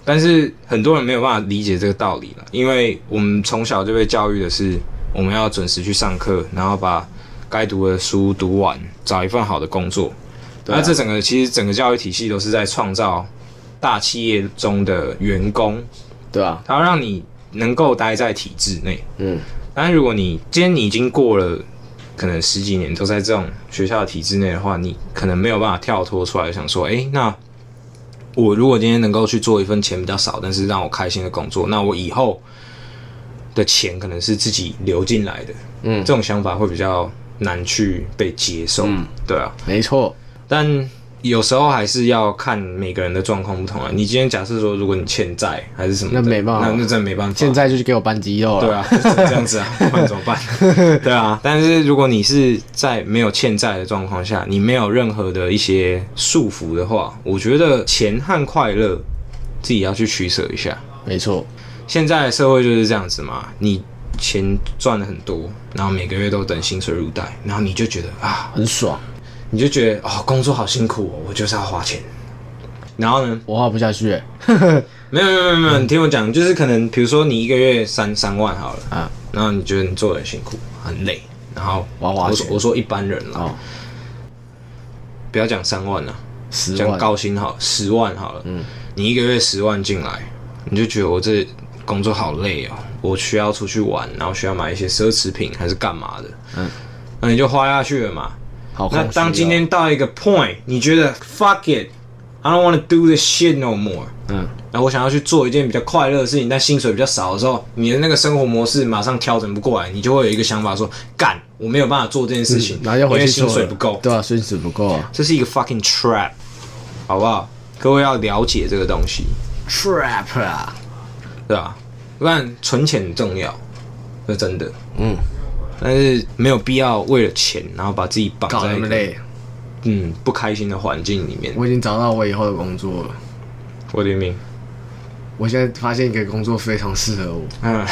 Speaker 2: 但是很多人没有办法理解这个道理了，因为我们从小就被教育的是，我们要准时去上课，然后把该读的书读完，找一份好的工作。
Speaker 3: 对啊
Speaker 2: 那这整个其实整个教育体系都是在创造大企业中的员工，
Speaker 3: 对啊，
Speaker 2: 它让你能够待在体制内。
Speaker 3: 嗯，
Speaker 2: 但如果你今天你已经过了可能十几年都在这种学校的体制内的话，你可能没有办法跳脱出来，想说，诶，那我如果今天能够去做一份钱比较少，但是让我开心的工作，那我以后的钱可能是自己流进来的，
Speaker 3: 嗯
Speaker 2: 这种想法会比较难去被接受，
Speaker 3: 嗯
Speaker 2: 对啊，
Speaker 3: 没错，
Speaker 2: 但有时候还是要看每个人的状况不同啊。你今天假设说，如果你欠债还是什么的，
Speaker 3: 那没办法
Speaker 2: 那那真的没办法。
Speaker 3: 现在就去给我搬肌肉了。
Speaker 2: 对，啊，就只能这样子啊，不然怎 么办？对啊，但是如果你是在没有欠债的状况下，你没有任何的一些束缚的话，我觉得钱和快乐自己要去取舍一下。
Speaker 3: 没错，
Speaker 2: 现在的社会就是这样子嘛，你钱赚了很多，然后每个月都等薪水入袋，然后你就觉得啊，
Speaker 3: 很爽，
Speaker 2: 你就觉得哦，工作好辛苦哦，我就是要花钱。然后呢？
Speaker 3: 我画不下去欸。
Speaker 2: 没有没有没有没有，
Speaker 3: 嗯
Speaker 2: 你听我讲，就是可能比如说你一个月三三万好了
Speaker 3: 啊，
Speaker 2: 然后你觉得你做的很辛苦很累，然后
Speaker 3: 娃娃
Speaker 2: 我说
Speaker 3: 钱
Speaker 2: 我说一般人了，
Speaker 3: 哦，
Speaker 2: 不要讲三万了，
Speaker 3: 十
Speaker 2: 讲
Speaker 3: 万，
Speaker 2: 高薪好了，十万好了，嗯，你一个月十万进来，你就觉得我这工作好累哦，我需要出去玩，然后需要买一些奢侈品还是干嘛的，
Speaker 3: 嗯，
Speaker 2: 那你就花下去了嘛，
Speaker 3: 好空
Speaker 2: 那
Speaker 3: 虚哦
Speaker 2: 当今天到一个 point，你觉得 fuck it，I don't want to do this shit no more。
Speaker 3: 嗯，
Speaker 2: 然后我想要去做一件比较快乐的事情，但薪水比较少的时候，你的那个生活模式马上调整不过来，你就会有一个想法说，干，我没有办法做这件事情，
Speaker 3: 嗯然后又
Speaker 2: 因
Speaker 3: 回
Speaker 2: 为
Speaker 3: 去
Speaker 2: 薪
Speaker 3: 做
Speaker 2: 水
Speaker 3: 了
Speaker 2: 不够。
Speaker 3: 对啊，薪水不够啊。
Speaker 2: 这是一个 fucking trap，好不好？各位要了解这个东西，
Speaker 3: Trap 啊，
Speaker 2: 对吧？不然存钱很重要，是真的。
Speaker 3: 嗯，
Speaker 2: 但是没有必要为了钱，然后把自己绑
Speaker 3: 搞
Speaker 2: 在
Speaker 3: 那
Speaker 2: 一
Speaker 3: 么
Speaker 2: 个
Speaker 3: 累，
Speaker 2: 嗯不开心的环境里面。
Speaker 3: 我已经找到我以后的工作了。
Speaker 2: 我的命。
Speaker 3: 我现在发现一个工作非常适合我，
Speaker 2: 嗯，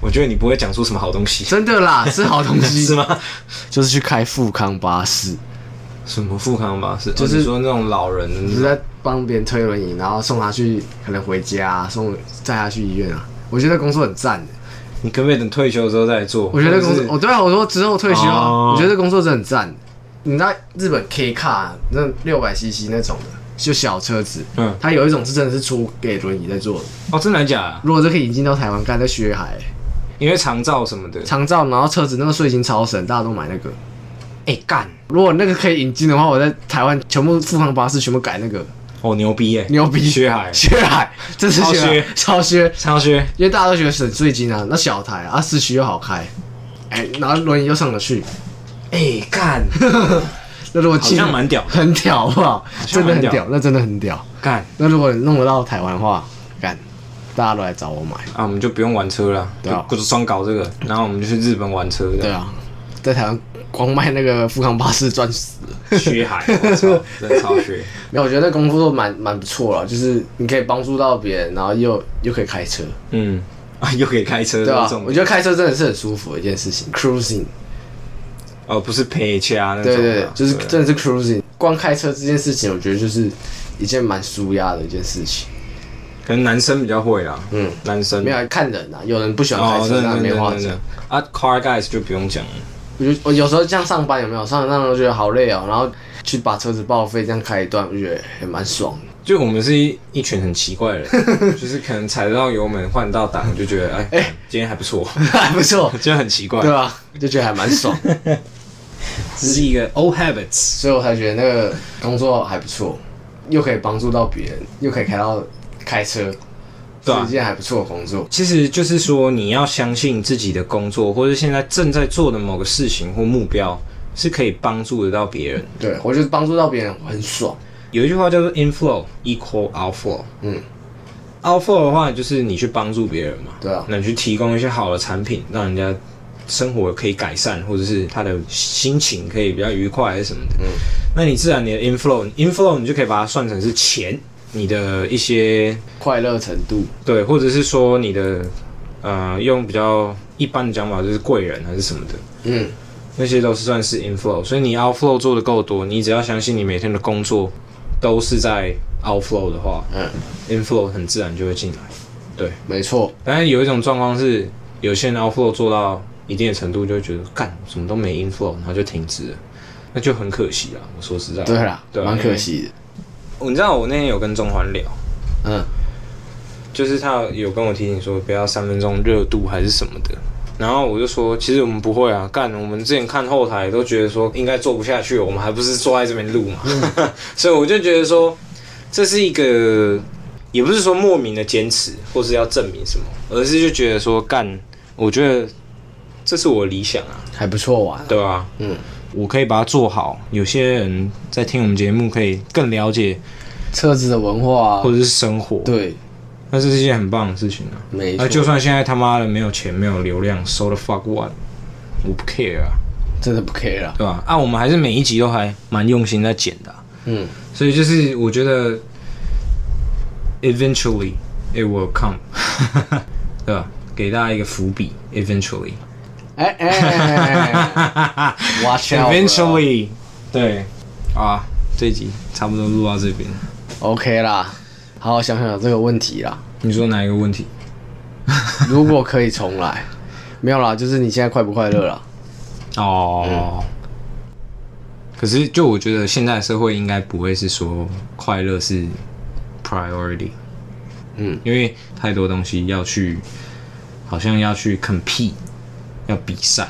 Speaker 2: 我觉得你不会讲出什么好东西，
Speaker 3: 真 的啦，是好东西，
Speaker 2: 是？吗？嗯
Speaker 3: 就是去开富康巴士，
Speaker 2: 什么富康巴士？就
Speaker 3: 就是
Speaker 2: 是、哦说那种老人的
Speaker 3: 只
Speaker 2: 那
Speaker 3: 是
Speaker 2: 种，
Speaker 3: 在帮别人推轮椅，然后送他去，可能回家、啊送载他去医院啊。我觉得工作很赞的，
Speaker 2: 你可不可以等退休之后再做？
Speaker 3: 我觉得工
Speaker 2: 或
Speaker 3: 作
Speaker 2: 者，是
Speaker 3: 我对啊，我说之后退休啊，
Speaker 2: 哦
Speaker 3: 我觉得工作真的很赞的。你知道日本 K 卡啊那六百 CC 那种的，就小车子，
Speaker 2: 嗯
Speaker 3: 它有一种是真的是出给轮椅在做的。
Speaker 2: 哦，真的还假的？
Speaker 3: 如果这可以引进到台湾，干在学海、
Speaker 2: 因为长照什么的，
Speaker 3: 长照，然后车子那个税金超省，大家都买那个。
Speaker 2: 哎、干，
Speaker 3: 如果那个可以引进的话，我在台湾全部富康巴士全部改那个，
Speaker 2: 哦牛逼耶、
Speaker 3: 牛逼！
Speaker 2: 薛海
Speaker 3: 薛海，这是
Speaker 2: 超
Speaker 3: 薛
Speaker 2: 薛
Speaker 3: 海，超薛，
Speaker 2: 超薛，
Speaker 3: 因为大家都觉得省税金啊，那小台啊，啊市区又好开，哎、然后轮椅又上得去，
Speaker 2: 哎、干
Speaker 3: 那如果进
Speaker 2: 好像蛮屌的
Speaker 3: 很屌，好不好？
Speaker 2: 像
Speaker 3: 真的
Speaker 2: 蛮
Speaker 3: 很
Speaker 2: 屌
Speaker 3: 屌，那真的很屌。
Speaker 2: 干
Speaker 3: 那如果弄得到台湾的话，干，大家都来找我买，
Speaker 2: 啊，我们就不用玩车了，
Speaker 3: 对啊
Speaker 2: 就就双搞这个，然后我们就去日本玩车，
Speaker 3: 对，啊，在台湾光卖那个富康巴士赚死了。
Speaker 2: 薛海，我 操，真的超薛，
Speaker 3: 没有，我觉得那工作蛮蛮不错了，就是你可以帮助到别人，然后又又可以开车，
Speaker 2: 嗯啊，又可以开车，
Speaker 3: 对吧、
Speaker 2: 这种
Speaker 3: 我觉得开车真的是很舒服的一件事情，cruising，
Speaker 2: 哦，不是陪掐那种啊，
Speaker 3: 对对对，就是
Speaker 2: 啊
Speaker 3: 真的是 cruising。光开车这件事情，我觉得就是一件蛮舒压的一件事情。
Speaker 2: 可能男生比较会啦，
Speaker 3: 嗯
Speaker 2: 嗯，男生
Speaker 3: 没有看人啊，有人不喜欢
Speaker 2: 哦
Speaker 3: 开，车，
Speaker 2: 对
Speaker 3: 那
Speaker 2: 对
Speaker 3: 没
Speaker 2: 对
Speaker 3: 话
Speaker 2: 对
Speaker 3: 讲
Speaker 2: 对。啊，Car Guys 就不用讲了，
Speaker 3: 我就我有时候这样上班有没有？上班我觉得好累哦，然后去把车子报废，这样开一段，我觉得也蛮爽 的。
Speaker 2: 就我们是一一群很奇怪的 人，就是可能踩得到油门换到档就觉得哎，啊今天还不错，
Speaker 3: 还不错，
Speaker 2: 真的很奇怪，
Speaker 3: 对吧、就觉得还蛮爽，
Speaker 2: 这是一个 old habits，
Speaker 3: 所以我才觉得那个工作还不错，又可以帮助到别人，又可以开到开车，
Speaker 2: 对啊
Speaker 3: 是一件还不错的工作。
Speaker 2: 其实就是说你要相信自己的工作或者现在正在做的某个事情或目标是可以帮助得到别人。
Speaker 3: 对我觉得帮助到别人我很爽。
Speaker 2: 有一句话叫做 inflow equal outflow，
Speaker 3: 嗯
Speaker 2: ，outflow 的话就是你去帮助别人嘛，
Speaker 3: 对啊
Speaker 2: 那你去提供一些好的产品，让人家生活可以改善，或者是他的心情可以比较愉快，还是什么的，嗯，那你自然你的 inflow，inflow 你就可以把它算成是钱，你的一些
Speaker 3: 快乐程度，
Speaker 2: 对，或者是说你的呃，用比较一般的讲法就是贵人还是什么的，
Speaker 3: 嗯，
Speaker 2: 那些都是算是 inflow，所以你 outflow 做的够多，你只要相信你每天的工作都是在 outflow 的话，
Speaker 3: 嗯
Speaker 2: ，inflow 很自然就会进来。对，
Speaker 3: 没错，
Speaker 2: 但是有一种状况是，有些人 outflow 做到一定的程度，就会觉得干什么都没 inflow，然后就停止了，那就很可惜啊。我说实在，
Speaker 3: 对啦，
Speaker 2: 对啊
Speaker 3: 蛮可。惜的。
Speaker 2: 你知道我那天有跟中环聊，
Speaker 3: 嗯，
Speaker 2: 就是他有跟我提醒说不要三分钟热度还是什么的，然后我就说其实我们不会啊，干我们之前看后台都觉得说应该做不下去，我们还不是坐在这边录嘛，
Speaker 3: 嗯
Speaker 2: 所以我就觉得说这是一个也不是说莫名的坚持或是要证明什么，而是就觉得说干，我觉得这是我的理想啊，
Speaker 3: 还不错玩啊。
Speaker 2: 对吧、
Speaker 3: 嗯，
Speaker 2: 我可以把它做好，有些人在听我们节目可以更了解
Speaker 3: 车子的 文化啊
Speaker 2: 或，者是生活，
Speaker 3: 对，
Speaker 2: 那这是一件很棒的事情啊。
Speaker 3: 没
Speaker 2: 那
Speaker 3: 错，
Speaker 2: 就算现在他妈的没有钱、没有流量，so the fuck what，我不 care 啊，
Speaker 3: 真的不 care 啊。
Speaker 2: 对吧？啊，我们还是每一集都还蛮用心在剪的啊、
Speaker 3: 嗯，
Speaker 2: 所以就是我觉得，eventually it will come，对吧？给大家一个伏笔，eventually，
Speaker 3: 哎哎哎，watch out，eventually
Speaker 2: eventually，对，好啊，这一集差不多录到这边。
Speaker 3: OK 啦。好好想想这个问题啦。
Speaker 2: 你说哪一个问题？
Speaker 3: 如果可以重来，没有啦，就是你现在快不快乐 啦？嗯
Speaker 2: 哦。可是，就我觉得现在的社会应该不会是说快乐是 priority，
Speaker 3: 嗯，
Speaker 2: 因为太多东西要去，好像要去 compete，要比赛，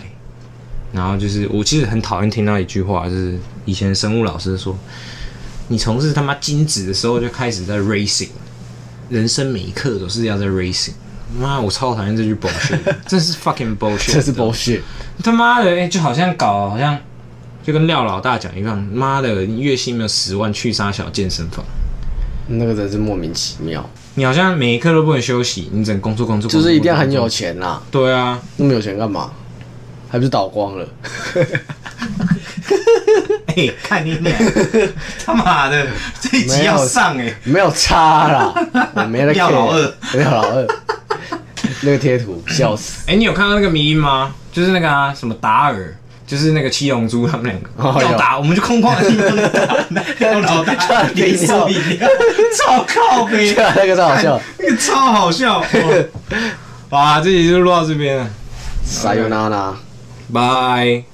Speaker 2: 然后就是我其实很讨厌听到一句话，就是以前生物老师说，你从事他妈精子的时候就开始在 racing，人生每一刻都是要在 racing，妈，我超讨厌这句 bullshit，这是 fucking bullshit，
Speaker 3: 这是
Speaker 2: 你知道吗
Speaker 3: bullshit。
Speaker 2: 他妈的、欸就好像搞，好像就跟廖老大讲一样，妈的，你月薪没有十万，去杀小健身房。
Speaker 3: 那个真是莫名其妙，
Speaker 2: 你好像每一刻都不能休息，你只能工作工作，
Speaker 3: 就
Speaker 2: 工
Speaker 3: 是
Speaker 2: 作
Speaker 3: 一定要很。
Speaker 2: 工
Speaker 3: 有
Speaker 2: 作
Speaker 3: 钱啦，
Speaker 2: 对啊，
Speaker 3: 那么有钱干嘛？还不是倒光了？
Speaker 2: 哎、看你俩，他妈的，这一集
Speaker 3: 没有
Speaker 2: 要上哎、
Speaker 3: 没有差啦，我没 得 care。
Speaker 2: 廖老二，
Speaker 3: 廖老二，那个贴图笑死。
Speaker 2: 哎、你有看到那个迷音吗？就是那个啊，什么达尔，就是那个七龙珠他们两个、
Speaker 3: 哦有
Speaker 2: 要打，我们就空旷的地 方打，廖老大连锁饮料， 超靠背
Speaker 3: 对。啊，那个超 好笑。
Speaker 2: 那个哎超好笑。 啊哇，哇这集就录到这边了，
Speaker 3: 撒尤娜娜。
Speaker 2: 拜。